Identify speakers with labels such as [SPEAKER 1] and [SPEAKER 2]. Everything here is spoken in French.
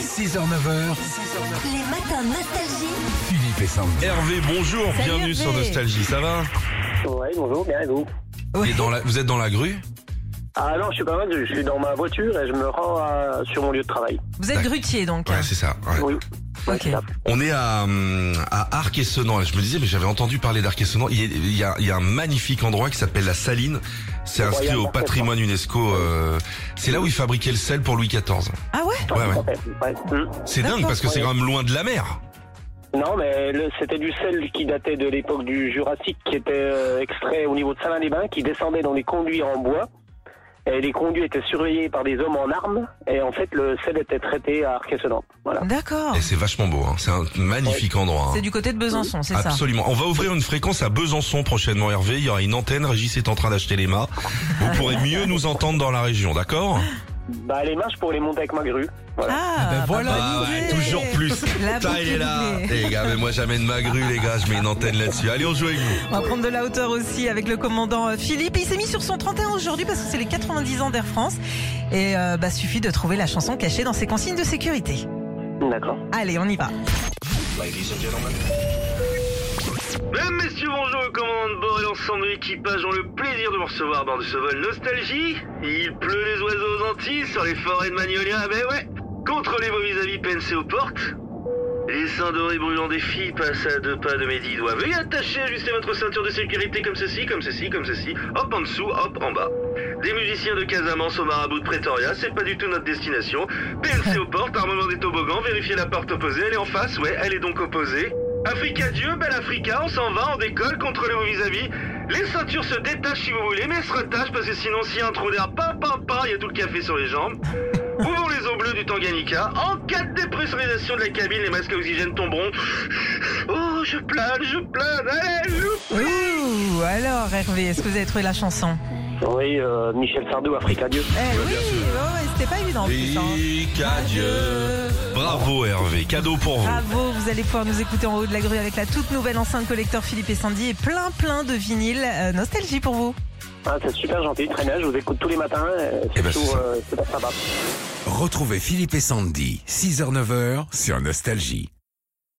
[SPEAKER 1] 6h, 9h,
[SPEAKER 2] Les matins nostalgie.
[SPEAKER 1] Philippe et Sandy.
[SPEAKER 3] Hervé, bonjour,
[SPEAKER 4] Salut,
[SPEAKER 3] bienvenue
[SPEAKER 4] Hervé.
[SPEAKER 3] sur Nostalgie, ça va
[SPEAKER 5] Ouais, bonjour, bien et vous
[SPEAKER 3] Et dans la- Vous êtes dans la grue
[SPEAKER 5] Ah non, je suis pas mal, je suis dans ma voiture et je me rends à- sur mon lieu de travail.
[SPEAKER 4] Vous êtes
[SPEAKER 3] D'accord.
[SPEAKER 4] grutier donc.
[SPEAKER 3] Ouais, c'est ça. ouais.
[SPEAKER 5] Oui. Ouais,
[SPEAKER 4] Ok.
[SPEAKER 5] c'est ça.
[SPEAKER 3] On est à, hum, à Arc-et-Senan. Je me disais, mais j'avais entendu parler d'Arc-et-Senan. Il, y a- il y a- il y a un magnifique endroit qui s'appelle la Saline. C'est
[SPEAKER 5] Le
[SPEAKER 3] inscrit
[SPEAKER 5] Royal
[SPEAKER 3] au
[SPEAKER 5] Market,
[SPEAKER 4] hein.
[SPEAKER 3] patrimoine UNESCO. euh, c'est là où ils fabriquaient le sel pour Louis XIV.
[SPEAKER 4] Ah ouais
[SPEAKER 3] Ouais, ouais.
[SPEAKER 5] Ouais. Mm.
[SPEAKER 3] C'est dingue
[SPEAKER 4] D'accord.
[SPEAKER 3] parce que c'est
[SPEAKER 5] Ouais.
[SPEAKER 3] quand même loin de la mer.
[SPEAKER 5] Non, mais le- c'était du sel qui datait de l'époque du Jurassique, qui était euh, extrait au niveau de Salins-les-Bains, qui descendait dans des conduits en bois. Et les conduits étaient surveillés par des hommes en armes. Et en fait, le sel était traité à Arquessedan. Voilà.
[SPEAKER 4] D'accord.
[SPEAKER 3] Et c'est vachement beau. hein. C'est un magnifique endroit. hein.
[SPEAKER 4] Ah. C'est du côté de Besançon, c'est ça.
[SPEAKER 3] Absolument. On va ouvrir une fréquence à Besançon prochainement, Hervé. Il y aura une antenne. Régis est en train d'acheter les mâts. Vous pourrez mieux nous entendre dans la région, d'accord
[SPEAKER 5] Bah, les marches pour les monter avec ma grue. Voilà.
[SPEAKER 4] Ah,
[SPEAKER 1] ben voilà.
[SPEAKER 4] bah,
[SPEAKER 3] Ah
[SPEAKER 4] bonne
[SPEAKER 3] ouais,
[SPEAKER 4] idée.
[SPEAKER 3] toujours plus.
[SPEAKER 4] La
[SPEAKER 3] Ça, il est là.
[SPEAKER 4] boucle est
[SPEAKER 3] Eh, Les gars, mais moi j'amène ma grue, les gars. Je mets une antenne là-dessus. Allez, on joue avec vous.
[SPEAKER 4] On va prendre de la hauteur aussi avec le commandant euh, Philippe. Il s'est mis sur son 31 aujourd'hui parce que c'est les 90 ans d'Air France. Et euh, bah suffit de trouver la chanson cachée dans ses consignes de sécurité.
[SPEAKER 5] D'accord.
[SPEAKER 4] Allez, on y va.
[SPEAKER 6] Mesdames, Euh, messieurs, bonjour au commandant de bord et l'ensemble de l'équipage ont le plaisir de vous recevoir à bord de ce vol Nostalgie. Il pleut des oiseaux aux Antilles, sur les forêts de Magnolia, ben ouais. Contrôlez vos vis-à-vis PNC aux portes. Les seins dorés brûlants des filles passent à deux pas de mes dix doigts. Veuillez attacher, ajuster votre ceinture de sécurité comme ceci, comme ceci, comme ceci. Hop en dessous, hop en bas. Des musiciens de Casamance au marabout de Pretoria, c'est pas du tout notre destination. PNC aux portes, armement des toboggans, vérifiez la porte opposée, elle est en face, ouais, elle est donc opposée. Africa Dieu, bel Africa, on s'en va, on décolle, contrôlez vos vis-à-vis. Les ceintures se détachent si vous voulez, mais elles se retachent parce que sinon s'il y a un trou d'air, pam pam pam, il y a tout le café sur les jambes. Ouvrons les eaux bleues du Tanganyika. En cas de dépressurisation de la cabine, les masques à oxygène tomberont. Oh, je plane, je plane, allez, je...
[SPEAKER 4] Ouh, alors Hervé, est-ce que vous avez trouvé la chanson
[SPEAKER 5] Oui, euh, Michel Sardou, Africa Dieu.
[SPEAKER 4] Eh oui, ouais, ouais, c'était pas évident en plus. hein.
[SPEAKER 3] Bravo Hervé, cadeau pour vous.
[SPEAKER 4] Bravo, vous allez pouvoir nous écouter en haut de la grue avec la toute nouvelle enceinte collector Philippe et Sandy et plein plein de vinyles euh, nostalgie pour vous.
[SPEAKER 5] Ah, c'est super gentil, très bien. Je vous écoute tous les matins. euh,
[SPEAKER 3] Eh ben,
[SPEAKER 5] surtout,
[SPEAKER 3] c'est ça.
[SPEAKER 5] euh, c'est pas sympa.
[SPEAKER 1] Retrouvez Philippe et Sandy, 6h, 9h sur Nostalgie.